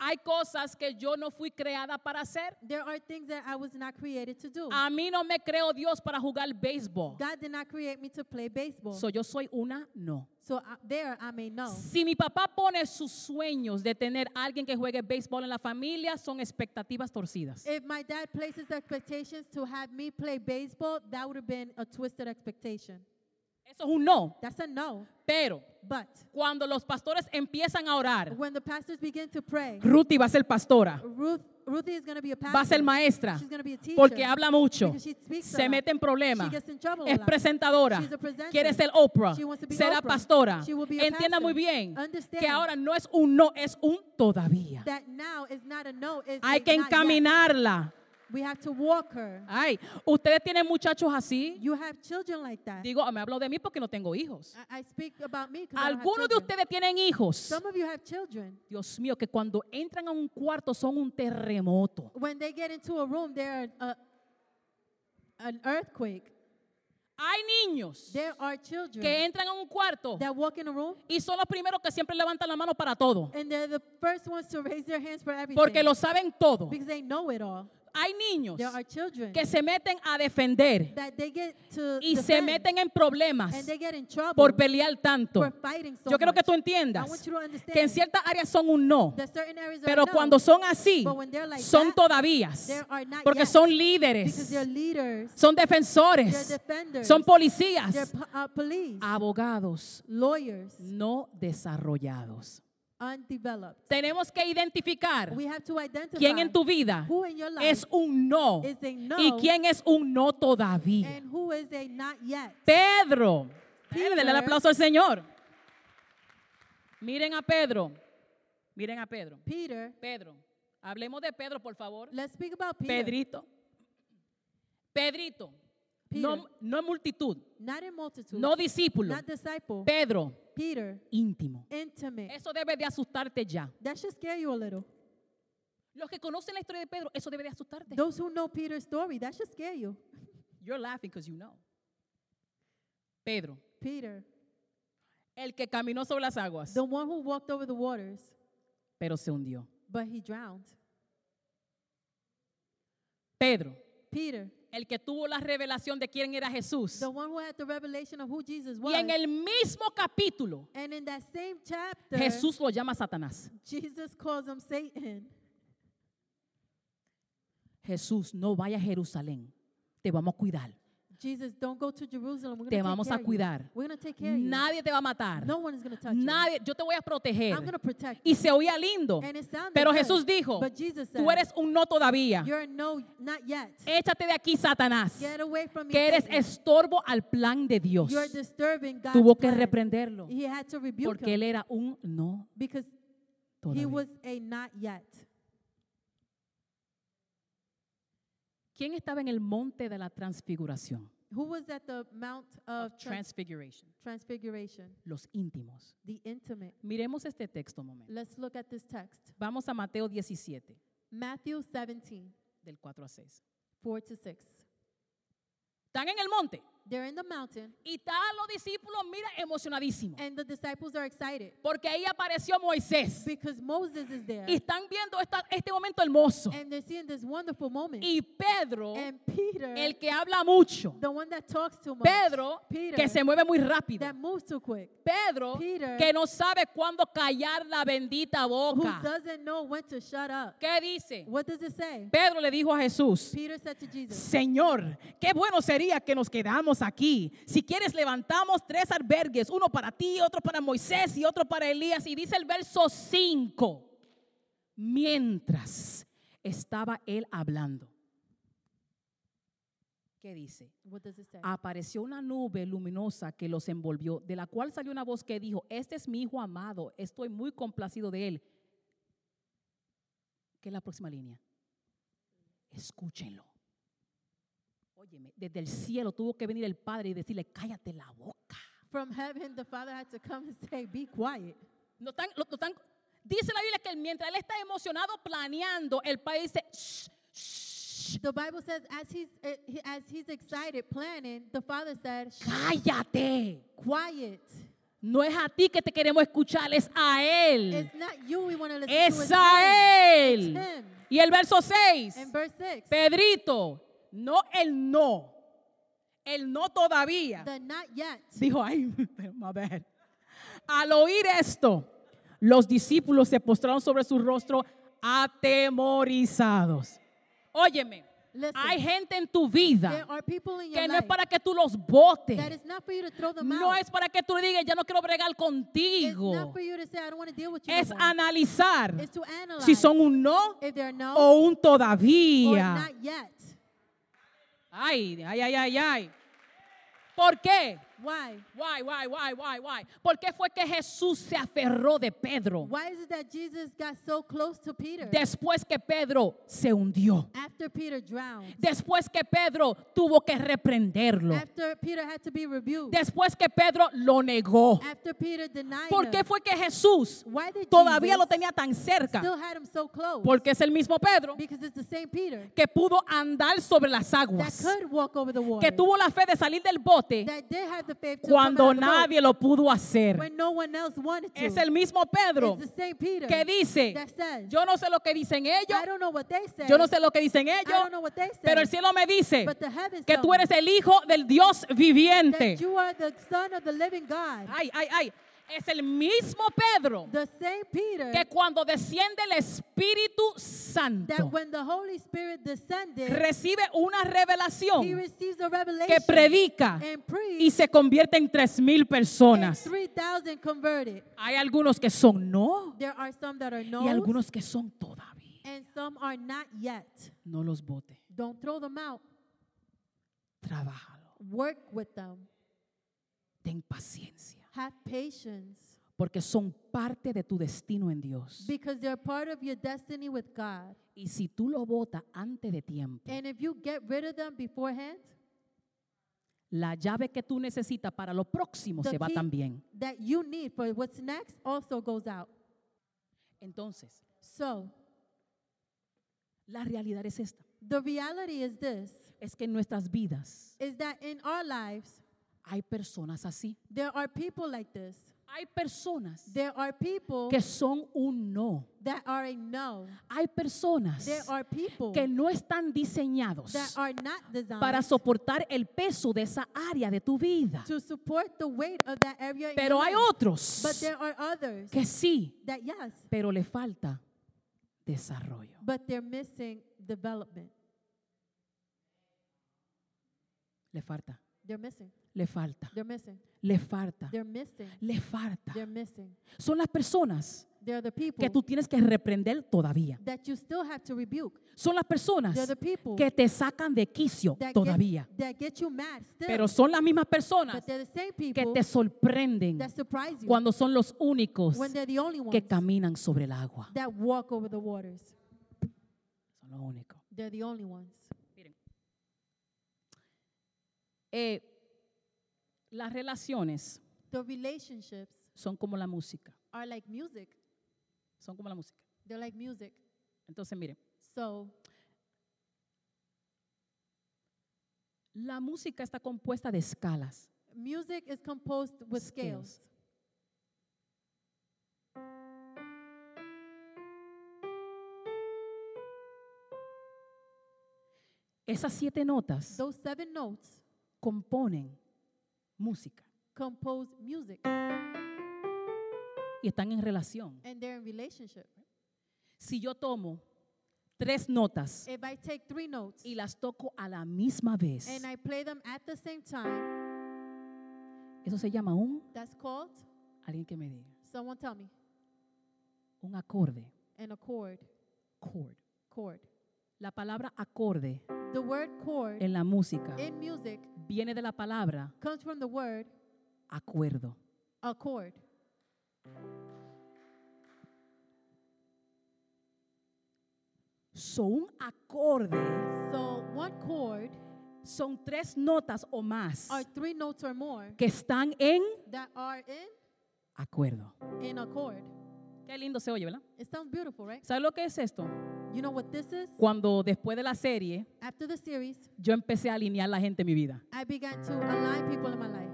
S1: Hay cosas que yo no fui creada para hacer.
S2: There are things that I was not created to do.
S1: A mí no me creó Dios para jugar béisbol.
S2: God did not create me to play baseball.
S1: So, yo soy una no.
S2: So I- there I may know.
S1: Si mi papá pone sus sueños de tener a alguien que juegue béisbol en la familia, son expectativas torcidas.
S2: If my dad places expectations to have me play baseball, that would have been a twisted expectation.
S1: Eso es un no.
S2: That's a no.
S1: Pero
S2: But
S1: cuando los pastores empiezan a orar,
S2: when the pastors begin to pray,
S1: Ruti va a ser pastora,
S2: Ruth, Ruthie is going to be a pastor.
S1: va a ser maestra,
S2: She's going to be a teacher.
S1: porque habla mucho,
S2: Because she speaks a
S1: se
S2: lot.
S1: mete en problemas,
S2: She gets in trouble a
S1: es
S2: lot.
S1: presentadora,
S2: She's a presenter.
S1: quiere ser Oprah,
S2: She wants to be
S1: será
S2: Oprah.
S1: pastora.
S2: She will be a
S1: Entienda
S2: pastor.
S1: muy bien
S2: Understand.
S1: que ahora no es un no, es un todavía.
S2: That now is not a no. It's
S1: Hay
S2: it's
S1: que
S2: not yet.
S1: encaminarla.
S2: We have to walk her.
S1: Ay, ustedes tienen muchachos así.
S2: You have children like that.
S1: Digo, me hablo de mí porque no tengo hijos.
S2: I, I speak about me. 'cause I don't have
S1: Algunos de
S2: children.
S1: ustedes tienen hijos.
S2: Some of you have children.
S1: Dios mío, que cuando entran a un cuarto son un terremoto.
S2: When they get into a room, they're a, an earthquake.
S1: Hay niños
S2: There are children
S1: que entran a un cuarto
S2: that walk in a room
S1: y son los primeros que siempre levantan la mano para todo,
S2: and they're the first ones to raise their hands for everything
S1: porque lo saben todo.
S2: because they know it all.
S1: Hay niños
S2: There are children
S1: que se meten a defender
S2: that they get to
S1: y se
S2: defend,
S1: meten en problemas
S2: and they get in trouble
S1: por pelear tanto.
S2: for fighting so
S1: Yo creo que
S2: much.
S1: tú
S2: I
S1: entiendas
S2: want you to understand
S1: que en ciertas áreas son un no,
S2: that certain areas
S1: pero
S2: are no,
S1: cuando son así,
S2: But when they're like
S1: son
S2: that,
S1: todavía,
S2: they are not
S1: porque
S2: yet.
S1: son
S2: because
S1: líderes,
S2: they're leaders,
S1: son
S2: they're
S1: defensores,
S2: defenders,
S1: son
S2: they're
S1: policías,
S2: po- uh, police,
S1: abogados
S2: lawyers,
S1: no desarrollados.
S2: undeveloped.
S1: Tenemos que identificar
S2: We have to identify
S1: quién en tu vida
S2: who in your life
S1: es un no
S2: is a no.
S1: y quién es un no todavía.
S2: and who is a not yet.
S1: Pedro, Pedro, denle el
S2: Peter.
S1: aplauso al Señor. Miren a Pedro, miren a Pedro.
S2: Peter,
S1: Pedro, hablemos de Pedro, por favor.
S2: let's speak about Peter.
S1: Pedrito, Pedrito, no,
S2: Peter.
S1: no en multitud,
S2: Not in multitude,
S1: no discípulo,
S2: not disciple.
S1: Pedro,
S2: Peter,
S1: íntimo.
S2: intimate.
S1: Eso debe de asustarte ya.
S2: That should scare you a little.
S1: Los que conocen la historia de Pedro, eso debe de asustarte.
S2: Those who know Peter's story, that should scare you.
S1: You're laughing because you know. Pedro,
S2: Peter,
S1: el que caminó sobre las aguas,
S2: the one who walked over the waters,
S1: pero se hundió.
S2: but he drowned.
S1: Pedro,
S2: Peter,
S1: el que tuvo la revelación de quién era Jesús.
S2: the one who had the revelation of who Jesus was.
S1: Y en el mismo capítulo,
S2: and in that same chapter,
S1: Jesús lo llama Satanás.
S2: Jesus calls him Satan.
S1: Jesús, no vaya a Jerusalén. Te vamos a cuidar.
S2: Jesus, don't go to Jerusalem. We're gonna
S1: Te
S2: take
S1: vamos a
S2: care of you.
S1: cuidar.
S2: We're going to take care of you.
S1: Nadie te va a matar.
S2: No one is going to touch
S1: Nadie, yo te voy a
S2: you.
S1: proteger.
S2: I'm going to protect you.
S1: Y se oía lindo.
S2: And it sounded
S1: Pero
S2: good,
S1: Jesús dijo,
S2: but Jesus
S1: tú
S2: said,
S1: eres un no todavía.
S2: You're a no, not yet.
S1: Échate de aquí, Satanás.
S2: Get away from me.
S1: Que eres
S2: Satan.
S1: estorbo al plan de Dios.
S2: You're disturbing God's
S1: Tuvo que
S2: plan.
S1: reprenderlo.
S2: He had to rebuke
S1: Porque
S2: him
S1: él era un no
S2: because he
S1: todavía.
S2: was a not yet.
S1: ¿Quién estaba en el monte de la transfiguración?
S2: Who was at the Mount of
S1: Of
S2: Trans-
S1: transfiguration.
S2: Transfiguration?
S1: Los íntimos.
S2: The intimate.
S1: Miremos este texto un momento.
S2: Let's look at this text.
S1: Vamos a Mateo 17,
S2: Matthew 17,
S1: del 4 a 6.
S2: 4 to 6.
S1: Están en el monte
S2: They're in the mountain,
S1: y están los discípulos, mira, emocionadísimos.
S2: and the disciples are excited
S1: Porque ahí apareció Moisés.
S2: because Moses is there.
S1: Y están viendo esta- este momento hermoso.
S2: And they're seeing this wonderful moment.
S1: Y Pedro,
S2: And Peter,
S1: el que habla mucho.
S2: the one that talks too much,
S1: Pedro,
S2: Peter,
S1: que se mueve muy rápido.
S2: that moves too quick,
S1: Pedro,
S2: Peter,
S1: que no sabe cuándo callar la bendita
S2: who
S1: boca.
S2: doesn't know when to shut up.
S1: ¿Qué dice?
S2: What does it say?
S1: Pedro le dijo a Jesús,
S2: Peter said to Jesus,
S1: Señor, qué bueno sería que nos quedamos aquí. Si quieres, levantamos tres albergues, uno para ti, otro para Moisés y otro para Elías. Y dice el verso 5, mientras estaba él hablando. ¿Qué dice?
S2: What does it say?
S1: um, Apareció una nube luminosa que los envolvió, de la cual salió una voz que dijo, este es mi hijo amado, estoy muy complacido de él. ¿Qué es la próxima línea? Escúchenlo. Óyeme, desde el cielo tuvo que venir el padre y decirle, cállate la boca.
S2: From heaven, the Father had to come and say, Be quiet.
S1: No tan- lo- no tan- dice la Biblia que mientras él está emocionado planeando, el padre dice, "Shh, shh,
S2: The Bible says, as he's, eh, he- as he's excited, planning, the Father said, "Shh,
S1: cállate.
S2: Quiet.
S1: No es a ti que te queremos escuchar, es a Él.
S2: It's not you we want to listen to.
S1: Es
S2: It's
S1: a Él.
S2: him. It's him.
S1: Y el verso 6.
S2: And verse 6,
S1: Pedrito, no el no. El no todavía.
S2: the not yet.
S1: Dijo, ay, my bad. Al oír esto, los discípulos se postraron sobre su rostro atemorizados. Óyeme,
S2: Listen.
S1: hay gente en tu vida
S2: There are people in your
S1: que no es
S2: life
S1: para que tú los
S2: that
S1: botes.
S2: is not for you to throw them
S1: No
S2: out.
S1: es para que tú le digas, ya no quiero bregar
S2: It's not
S1: contigo.
S2: for you to say, I don't want to deal with you. no
S1: Es
S2: more.
S1: analizar
S2: It's to analyze
S1: si son un no
S2: if they're no
S1: o un
S2: or
S1: todavía.
S2: not yet.
S1: Ay, ay, ay, ay, ay. ¿Por qué?
S2: Why?
S1: Why, why, why, why, why? ¿Por qué fue que Jesús se aferró de Pedro
S2: Why is it that Jesus got so close to Peter
S1: después que Pedro se hundió?
S2: after Peter drowned?
S1: Después que Pedro tuvo que reprenderlo.
S2: After Peter had to be rebuked.
S1: Después que Pedro lo negó.
S2: After Peter denied
S1: ¿Por qué
S2: him.
S1: fue que Jesús
S2: Why did
S1: todavía
S2: Jesus
S1: lo tenía tan cerca?
S2: still had him so close?
S1: Porque es el mismo Pedro
S2: Because it's the same Peter
S1: que pudo andar sobre las
S2: that
S1: aguas,
S2: could walk over the water,
S1: que tuvo la fe de salir del bote
S2: that did have the faith to come out
S1: cuando
S2: of the boat
S1: nadie lo pudo hacer.
S2: when no one else wanted to.
S1: Es el mismo Pedro
S2: it's the same Peter
S1: que dice,
S2: that says,
S1: yo no sé lo que dicen ellos,
S2: I don't know what they said.
S1: Yo no sé lo que dicen
S2: I don't know
S1: ellos,
S2: what they said.
S1: pero el cielo me dice
S2: but the heavens
S1: que
S2: tell
S1: tú
S2: me
S1: eres el hijo del Dios viviente.
S2: that you are the son of the living God.
S1: Ay, ay, ay. Es el mismo Pedro
S2: the same Peter
S1: que cuando desciende el Espíritu
S2: that
S1: Santo
S2: when the Holy Spirit descended,
S1: recibe una
S2: he
S1: revelación
S2: receives a revelation
S1: que predica
S2: and preached
S1: y se convierte en tres mil
S2: and
S1: personas.
S2: 3,000 converted.
S1: Hay algunos que son no
S2: There are some that are no
S1: y algunos que son todavía.
S2: and some are not yet.
S1: No los bote.
S2: Don't throw them out.
S1: Trabájalo.
S2: Work with them.
S1: Ten paciencia.
S2: Have patience
S1: Porque son parte de tu destino en Dios.
S2: because they're part of your destiny with God.
S1: Y si tú lo votas antes de tiempo,
S2: And if you get rid of them beforehand,
S1: la llave que tú necesitas para lo próximo
S2: the
S1: se va
S2: key
S1: también.
S2: that you need for what's next also goes out.
S1: Entonces,
S2: So,
S1: la realidad es esta.
S2: the reality is this
S1: Es que en nuestras vidas
S2: is that in our lives
S1: hay personas así.
S2: there are people like this.
S1: Hay personas
S2: There are people
S1: que son un no.
S2: that are a no.
S1: Hay personas
S2: There are people
S1: que no están
S2: that
S1: diseñados
S2: are not designed
S1: para soportar el peso de esa área de tu vida.
S2: to support the weight of that area. in
S1: Pero
S2: your
S1: hay
S2: life.
S1: otros
S2: But there are others
S1: que sí,
S2: that yes,
S1: pero le falta desarrollo.
S2: but they're missing development.
S1: Le falta,
S2: They're missing.
S1: le falta,
S2: They're missing.
S1: le falta,
S2: They're missing.
S1: le falta.
S2: They're missing.
S1: Son las personas
S2: They're the people
S1: que tú tienes que reprender todavía.
S2: that you still have to rebuke.
S1: Son las personas
S2: They're the people
S1: que te sacan de quicio
S2: that
S1: todavía.
S2: get, that get you mad still.
S1: Pero son las mismas personas
S2: but they're the same
S1: que
S2: people
S1: te sorprenden
S2: that surprise you
S1: cuando son los únicos
S2: when they're the only ones
S1: que caminan sobre el agua.
S2: that walk over the waters.
S1: Son los únicos.
S2: They're the only ones.
S1: Eh, las relaciones
S2: The relationships
S1: son como la música.
S2: are like music.
S1: Son como la música.
S2: They're like music.
S1: Entonces, miren,
S2: So
S1: la música está compuesta de escalas.
S2: music is composed with scales.
S1: Scales. Esas siete notas
S2: Those seven notes
S1: componen música
S2: compose music
S1: y están en relación.
S2: and they're in relationship.
S1: Si yo tomo tres notas
S2: If I take three notes
S1: y las toco a la misma vez,
S2: and I play them at the same time,
S1: eso se llama un,
S2: that's called,
S1: alguien que me diga,
S2: someone tell me,
S1: un acorde.
S2: an accord.
S1: Chord.
S2: Chord.
S1: La palabra acorde
S2: The word chord
S1: en la música
S2: in music
S1: viene de la palabra
S2: comes from the word
S1: acuerdo.
S2: accord.
S1: So, un acorde
S2: So one chord
S1: son tres notas o más
S2: are three notes or more
S1: que están en
S2: that are in
S1: acuerdo.
S2: in accord.
S1: Qué lindo se oye, ¿verdad?
S2: It sounds beautiful, right?
S1: ¿Sabes lo que es esto?
S2: You know what this is?
S1: Cuando después de la serie
S2: After the series,
S1: yo empecé a alinear la gente en mi vida.
S2: I began to align people in my life.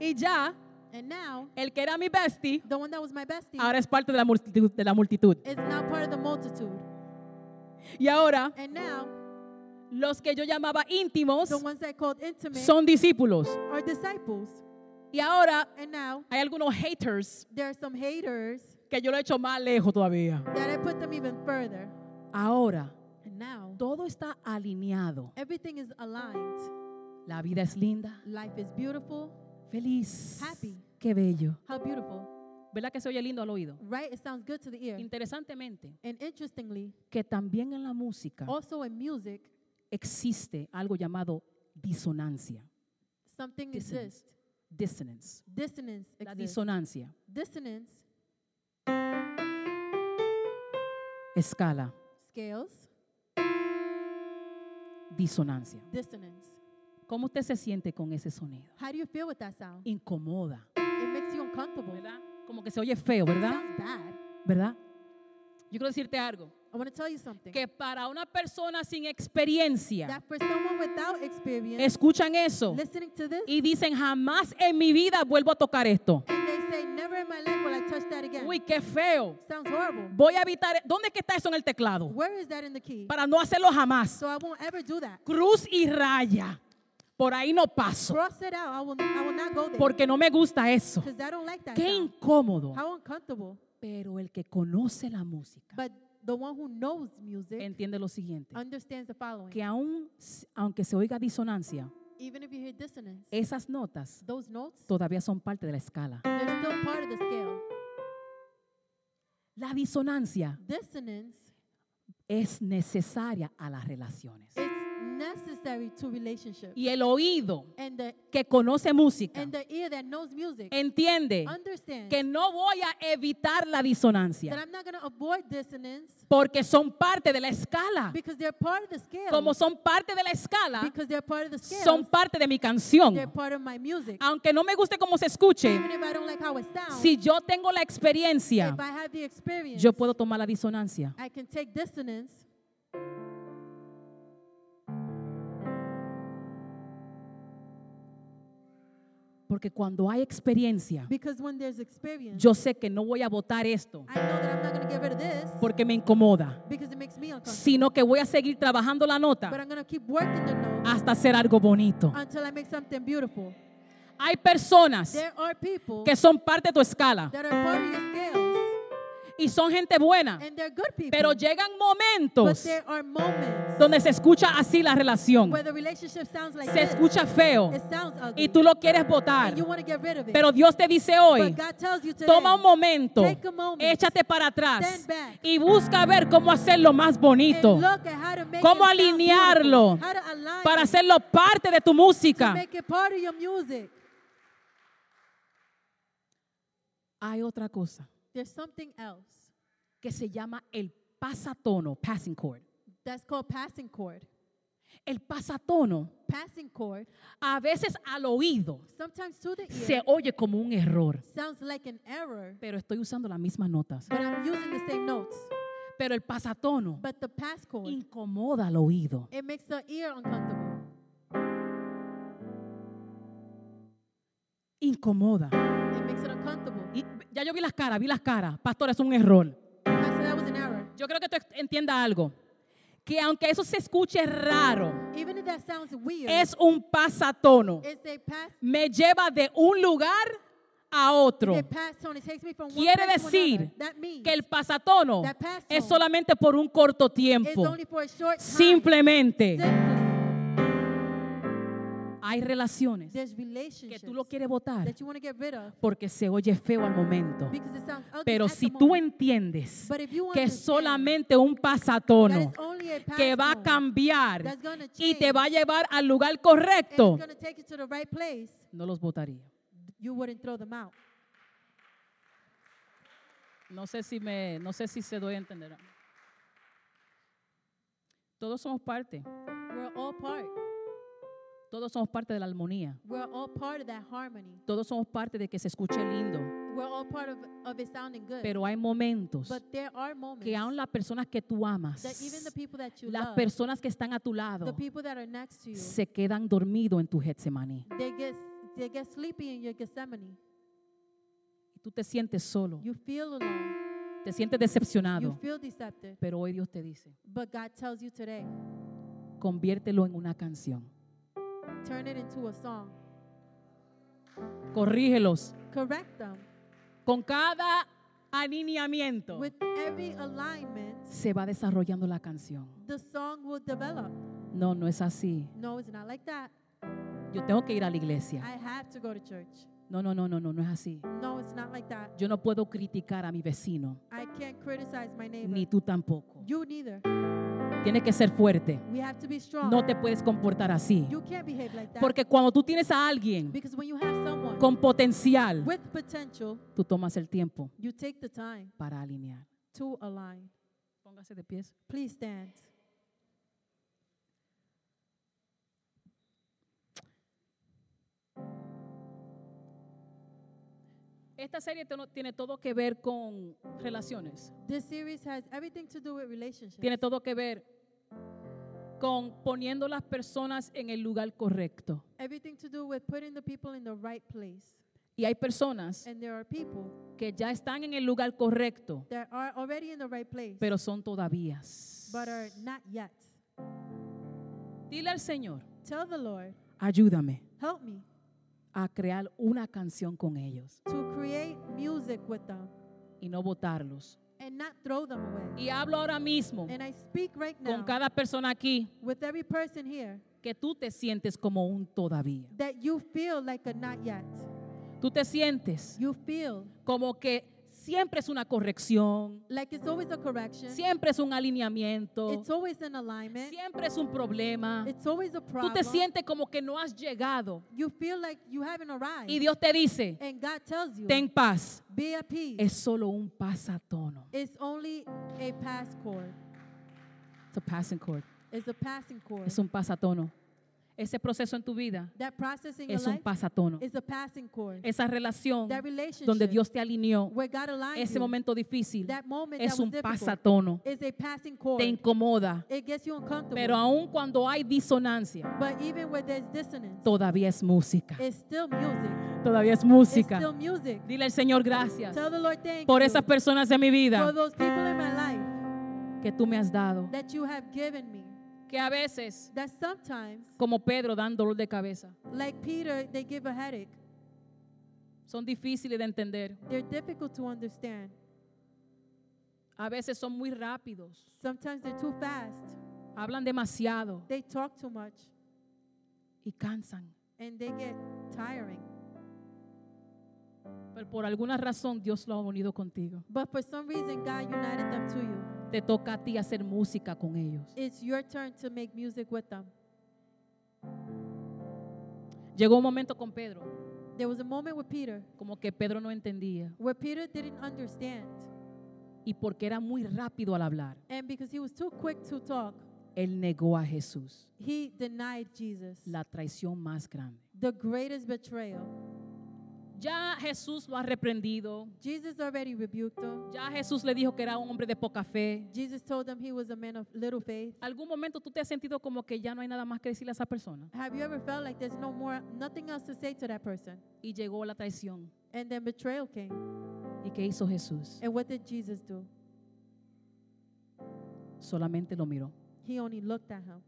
S1: Y ya
S2: And now,
S1: El que era mi bestie
S2: the one that was my bestie
S1: ahora es parte de la multitud. De la multitud.
S2: is now part of the multitude.
S1: Y ahora
S2: And now,
S1: los que yo llamaba íntimos
S2: the ones that I called intimate
S1: son discípulos.
S2: are disciples.
S1: Y ahora
S2: And now,
S1: hay algunos haters
S2: there are some haters
S1: que yo lo he hecho más lejos todavía.
S2: that I put them even further.
S1: Ahora
S2: And now,
S1: todo está alineado.
S2: everything is aligned.
S1: La vida es linda,
S2: Life is beautiful.
S1: feliz,
S2: Happy.
S1: qué bello.
S2: How beautiful.
S1: ¿Verdad que se oye lindo al oído?
S2: Right? It sounds good to the ear.
S1: Interesantemente,
S2: And interestingly,
S1: que también en la música
S2: also in music,
S1: existe algo llamado disonancia.
S2: something
S1: Dissonance.
S2: exists.
S1: Dissonance.
S2: Dissonance
S1: La
S2: exists.
S1: disonancia.
S2: Dissonance
S1: Escala.
S2: scales,
S1: Disonancia.
S2: dissonance.
S1: ¿Cómo usted se siente con ese sonido?
S2: How do you feel with that sound?
S1: Incomoda.
S2: It makes you uncomfortable.
S1: ¿Verdad? Como que se oye feo, ¿verdad?
S2: Sounds bad.
S1: ¿Verdad? Yo quiero decirte algo.
S2: I want to tell you something.
S1: Que para una persona sin experiencia,
S2: That for someone without experience,
S1: escuchan eso
S2: listening to this,
S1: y dicen, jamás en mi vida vuelvo a tocar esto.
S2: and they say, never in my life will I touch that again.
S1: Uy, qué feo.
S2: Sounds horrible.
S1: Voy a evitar. ¿Dónde es que está eso en el teclado?
S2: Where is that in the key?
S1: Para no hacerlo jamás.
S2: So I won't ever do that.
S1: Cruz y raya. Por ahí no paso.
S2: Cross it out. I will, I will not go there.
S1: Porque no me gusta eso.
S2: Because I don't like that
S1: Qué
S2: sound.
S1: incómodo.
S2: How uncomfortable.
S1: Pero el que conoce la música
S2: But the one who knows music
S1: entiende lo siguiente.
S2: understands the following.
S1: Que aún, s- aunque se oiga disonancia,
S2: Even if you hear dissonance,
S1: esas notas
S2: those notes,
S1: todavía son parte de la escala.
S2: they're still part of the scale.
S1: La disonancia
S2: Dissonance
S1: es necesaria a las relaciones.
S2: is necessary to relationships.
S1: Y el oído
S2: And the
S1: que conoce música
S2: and the ear that knows music
S1: entiende
S2: understands
S1: que no voy a evitar la
S2: that
S1: disonancia
S2: I'm not going to avoid dissonance
S1: porque son parte de la escala.
S2: because they're part of the scale.
S1: Como son parte de la escala,
S2: because they're part of the scale.
S1: son parte de mi canción.
S2: they're part of my music.
S1: Aunque no me guste cómo se escuche,
S2: Even if I don't like how it sounds,
S1: si yo tengo la experiencia,
S2: if I have the experience,
S1: yo puedo tomar la disonancia.
S2: I can take dissonance.
S1: Porque cuando hay experiencia,
S2: Because when there's experience,
S1: yo sé que no voy a votar esto
S2: I know that I'm not going to get rid of this
S1: porque me incomoda,
S2: because it makes me uncomfortable.
S1: sino que voy a seguir trabajando la
S2: But
S1: nota
S2: I'm going to keep working the note
S1: hasta hacer algo bonito.
S2: until I make something beautiful.
S1: Hay personas
S2: There are people
S1: que son parte de tu escala
S2: that are part of your scales
S1: y son gente buena,
S2: and they're good people.
S1: pero llegan
S2: but
S1: momentos
S2: there are moments
S1: donde se escucha así la relación,
S2: where the relationship sounds like
S1: se
S2: this.
S1: escucha feo
S2: It sounds ugly.
S1: y tú lo quieres votar.
S2: and you want to get rid of it.
S1: Pero Dios te dice hoy,
S2: but God tells you today,
S1: toma un momento,
S2: Take a moment.
S1: échate para atrás
S2: Stand back.
S1: y busca ver cómo hacerlo más bonito,
S2: and look at how to make
S1: Cómo
S2: it sound
S1: alinearlo
S2: beautiful, how to align
S1: para
S2: it,
S1: hacerlo parte de tu
S2: to
S1: música.
S2: make it part of your music.
S1: Hay otra cosa
S2: There's something else
S1: que se llama el pasatono, passing chord.
S2: that's called passing chord.
S1: El pasatono
S2: Passing chord
S1: a veces al oído
S2: sometimes to the ear
S1: se oye como un error,
S2: sounds like an error,
S1: pero estoy usando las mismas notas.
S2: but I'm using the same notes.
S1: Pero el pasatono
S2: But the pass chord,
S1: incomoda al oído.
S2: it makes the ear uncomfortable.
S1: Incomoda.
S2: It makes it uncomfortable.
S1: Y ya yo vi las caras, vi las caras. Pastor, es un error.
S2: I said that was an error.
S1: Yo creo que tú entienda algo. Que aunque eso se escuche raro,
S2: Even if that sounds weird,
S1: es un pasatono.
S2: it's a pass.
S1: Me lleva de un lugar a otro.
S2: It pass tone. It takes me from one
S1: Quiere
S2: place to another.
S1: decir
S2: That means
S1: Que el pasatono
S2: That pass
S1: es
S2: on.
S1: solamente por un corto
S2: it's
S1: tiempo.
S2: only for a short time.
S1: Simplemente
S2: Simply,
S1: hay relaciones
S2: there's
S1: que
S2: relationships
S1: tú lo quieres votar
S2: that you want to get rid of
S1: porque se oye feo al momento.
S2: because it sounds ugly
S1: Pero
S2: at
S1: si
S2: the
S1: tú
S2: moment.
S1: entiendes
S2: But if you
S1: que es
S2: understand
S1: solamente un
S2: that
S1: pasatono
S2: it's only a pass
S1: que va a
S2: tone,
S1: cambiar
S2: that's gonna
S1: y te
S2: change.
S1: va a llevar al lugar
S2: and it's
S1: correcto,
S2: going to take you to the right place,
S1: no los votaría.
S2: you wouldn't throw them out.
S1: No sé si me, no sé si se doy a entender. Todos somos parte,
S2: We're all part.
S1: todos somos parte de la armonía,
S2: We're all part of that harmony.
S1: todos somos parte de que se escuche lindo,
S2: We're all part of, of it sounding good.
S1: pero hay momentos
S2: but there are moments
S1: que aún las personas que tú amas,
S2: that even the people that you
S1: las
S2: love,
S1: personas que están a tu
S2: the
S1: lado,
S2: people that are next to you,
S1: se quedan dormidos en tu Getsemaní.
S2: they get they get sleepy in your Gethsemane.
S1: Tú te sientes solo,
S2: You feel alone.
S1: te sientes
S2: You
S1: decepcionado.
S2: feel deceptive.
S1: Pero hoy Dios te dice,
S2: But God tells you today
S1: conviértelo en una canción.
S2: turn it into a song.
S1: Corrígelos
S2: Correct them.
S1: con cada alineamiento.
S2: With every alignment,
S1: Se va desarrollando la canción.
S2: the song will develop.
S1: No, no es así.
S2: No, it's not like that.
S1: Yo tengo que ir a la
S2: I
S1: iglesia.
S2: have to go to church.
S1: No, no, no, no, no, no es así.
S2: No, it's not like that.
S1: Yo no puedo criticar a mi vecino,
S2: I can't criticize my neighbor.
S1: ni tú tampoco.
S2: You neither.
S1: Tienes que ser fuerte.
S2: We have to be strong.
S1: No te puedes comportar así.
S2: You can't behave like that.
S1: Porque cuando tú tienes a alguien
S2: because when you have someone
S1: con potencial,
S2: with potential,
S1: tú tomas el tiempo
S2: you take the time
S1: para alinear.
S2: to align.
S1: Póngase de pies.
S2: Please stand.
S1: Esta serie tono- tiene todo que ver con relaciones.
S2: This series has everything to do with relationships.
S1: Tiene todo que ver con poniendo las personas en el lugar correcto.
S2: Everything to do with putting the people in the right place.
S1: Y hay personas
S2: And there are people
S1: que ya están en el lugar correcto,
S2: that are already in the right place,
S1: pero son todavía.
S2: but are not yet.
S1: Dile al Señor,
S2: Tell the Lord,
S1: ayúdame
S2: help me
S1: a crear una canción con ellos
S2: to create music with them
S1: y no votarlos.
S2: and not throw them away.
S1: Y hablo ahora mismo
S2: And I speak right
S1: con
S2: now
S1: cada persona aquí
S2: with every person here
S1: que tú te sientes como un todavía.
S2: that you feel like a not yet.
S1: Tú te sientes
S2: You feel
S1: como que siempre es una corrección,
S2: like it's always a correction,
S1: siempre es un alineamiento,
S2: it's always an alignment,
S1: siempre es un problema.
S2: it's always a
S1: Tú
S2: problem.
S1: te sientes como que no has llegado
S2: You feel like you haven't
S1: y
S2: arrived.
S1: Dios te dice,
S2: And God tells you,
S1: ten paz.
S2: be at peace.
S1: Es solo un pasatono.
S2: It's only a pass chord.
S1: It's a passing chord.
S2: It's a passing chord.
S1: Es un pasatono. Ese proceso en tu vida
S2: that process in your
S1: es un
S2: life
S1: pasatono.
S2: is a passing chord.
S1: Esa relación
S2: That relationship
S1: donde Dios te alineó,
S2: where God aligned
S1: ese
S2: you,
S1: momento difícil,
S2: that moment
S1: es
S2: that was
S1: un
S2: difficult,
S1: pasatono.
S2: is a passing chord.
S1: Te incomoda.
S2: it gets you uncomfortable.
S1: Pero aun cuando hay disonancia,
S2: but even where there's dissonance,
S1: todavía es música.
S2: it's still music.
S1: Todavía es
S2: It's
S1: música.
S2: still music.
S1: Dile al Señor gracias
S2: Tell the Lord thank
S1: por
S2: you
S1: esas personas de mi
S2: for
S1: vida
S2: those people in my life
S1: que tú me has dado.
S2: that you have given me.
S1: Que a veces,
S2: That sometimes,
S1: como Pedro, dan dolor de cabeza.
S2: like Peter, they give a headache.
S1: Son difíciles de entender.
S2: They're difficult to understand.
S1: A veces son muy rápidos.
S2: Sometimes they're too fast.
S1: Hablan demasiado
S2: They talk too much
S1: y cansan.
S2: and they get tiring.
S1: Pero por alguna razón Dios lo ha unido contigo.
S2: But for some reason, God united them to you.
S1: Te toca a ti hacer música con ellos.
S2: It's your turn to make music with them.
S1: Llegó un momento con Pedro,
S2: There was a moment with Peter
S1: como que Pedro no entendía.
S2: where Peter didn't understand.
S1: Y porque era muy rápido al hablar,
S2: And because he was too quick to talk,
S1: él negó a Jesús.
S2: he denied Jesus.
S1: La traición más grande.
S2: The greatest betrayal.
S1: Ya Jesús lo ha reprendido.
S2: Jesus already rebuked him.
S1: Ya Jesús le dijo que era un hombre de poca fe.
S2: Jesus told them he was a man of little faith.
S1: ¿Algún momento tú te has sentido como que ya no hay nada más que decirle a esa persona?
S2: Have you ever felt like there's no more, nothing else to say to that person?
S1: Y llegó la traición.
S2: And then betrayal came.
S1: ¿Y qué hizo Jesús?
S2: And what did Jesus do?
S1: Solamente lo miró.
S2: He only looked at him.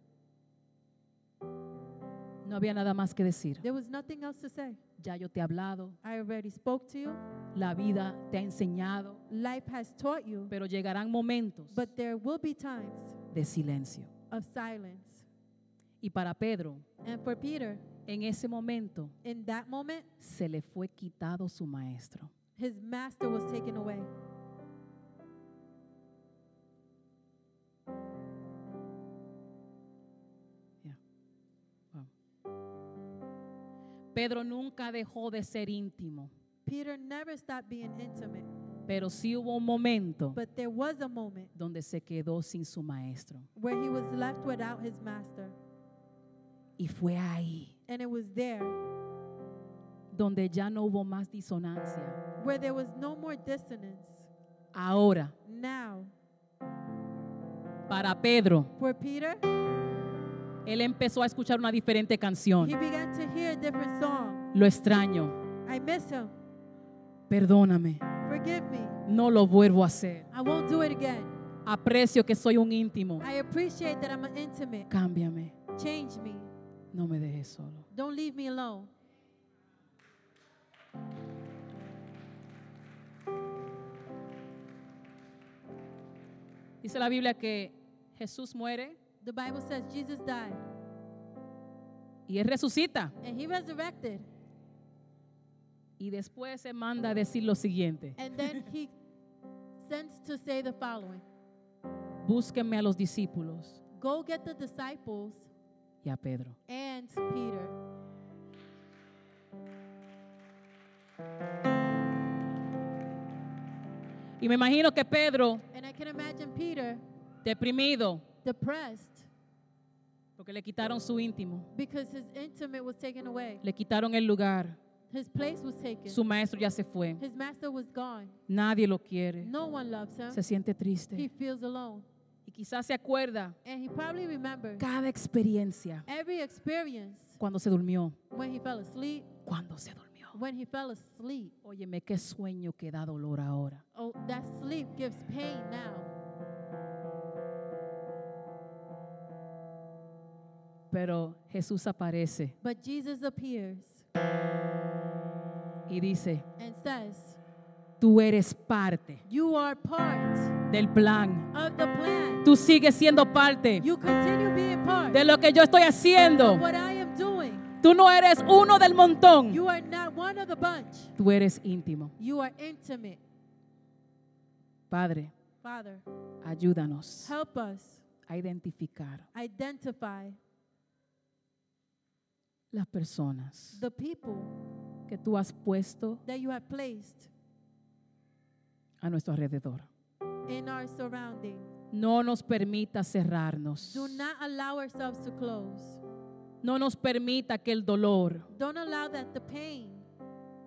S1: No había nada más que decir.
S2: There was nothing else to say.
S1: Ya yo te he hablado,
S2: I already spoke to you.
S1: la vida te ha enseñado,
S2: Life has taught you,
S1: pero llegarán momentos
S2: but there will be times
S1: de silencio.
S2: of silence.
S1: Y para Pedro,
S2: And for Peter,
S1: en ese momento
S2: in that moment,
S1: se le fue quitado su maestro.
S2: his master was taken away.
S1: Pedro nunca dejó de ser íntimo,
S2: Peter never stopped being intimate,
S1: pero sí hubo un momento
S2: but there was a moment
S1: donde se quedó sin su maestro.
S2: where he was left without his master.
S1: Y fue ahí
S2: And it was there
S1: donde ya no hubo más disonancia.
S2: where there was no more dissonance.
S1: Ahora,
S2: Now,
S1: para Pedro,
S2: for Peter,
S1: él empezó a escuchar una diferente
S2: he
S1: canción.
S2: began to hear a different song.
S1: Lo extraño,
S2: I miss him.
S1: Perdóname,
S2: Forgive me.
S1: no lo vuelvo a hacer.
S2: I won't do it again.
S1: Aprecio que soy un íntimo.
S2: I appreciate that I'm an intimate.
S1: Cámbiame,
S2: Change me.
S1: no me dejes solo.
S2: Don't leave me alone.
S1: Dice la Biblia que Jesús muere
S2: The Bible says Jesus died
S1: y él resucita.
S2: and he resurrected.
S1: Y después se manda a decir lo siguiente.
S2: And then he sends to say the following
S1: Búsquenme a los discípulos
S2: Go get the disciples
S1: y a Pedro.
S2: and Peter.
S1: Y me imagino que Pedro,
S2: And I can imagine Peter
S1: deprimido,
S2: depressed
S1: porque le quitaron su íntimo,
S2: because his intimate was taken away,
S1: le quitaron el lugar,
S2: his place was taken,
S1: su maestro ya se fue,
S2: his master was gone.
S1: nadie lo quiere,
S2: No one loves him.
S1: se siente
S2: He
S1: triste.
S2: feels alone.
S1: Y quizás se acuerda
S2: And he probably remembers
S1: cada experiencia
S2: every experience
S1: cuando se durmió,
S2: when he fell asleep,
S1: cuando se durmió.
S2: when he fell asleep.
S1: Óyeme, qué sueño que da dolor ahora.
S2: Oh, that sleep gives pain now.
S1: Pero Jesús aparece
S2: But Jesus appears
S1: y dice,
S2: and says,
S1: tú eres parte
S2: You are part
S1: del plan.
S2: of the plan.
S1: Tú sigues siendo parte
S2: You continue being part
S1: de lo que yo estoy haciendo.
S2: of what I am doing.
S1: Tú no eres uno del montón.
S2: You are not one of the bunch.
S1: Tú eres íntimo.
S2: You are intimate.
S1: Padre,
S2: Father,
S1: ayúdanos
S2: help us
S1: a identificar
S2: identify
S1: las personas
S2: the people
S1: que tú has puesto
S2: that you have placed
S1: a nuestro alrededor.
S2: in our surrounding.
S1: No nos permita cerrarnos.
S2: Do not allow ourselves to close.
S1: No nos permita que el dolor
S2: Don't allow that the pain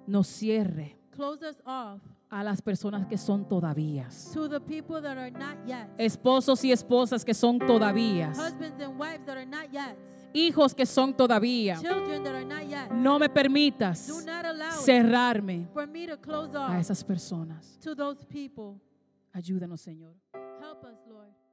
S1: nos cierre
S2: close us off
S1: a las personas que son todavía.
S2: to the people that are not yet.
S1: Esposos y esposas que son todavía.
S2: Husbands and wives that are not yet.
S1: Hijos que son todavía.
S2: Children that are not yet.
S1: No me
S2: Do
S1: permitas
S2: not allow it
S1: cerrarme
S2: for me to close
S1: a
S2: off
S1: esas personas.
S2: to those people.
S1: Ayúdanos, Señor.
S2: Help us, Lord.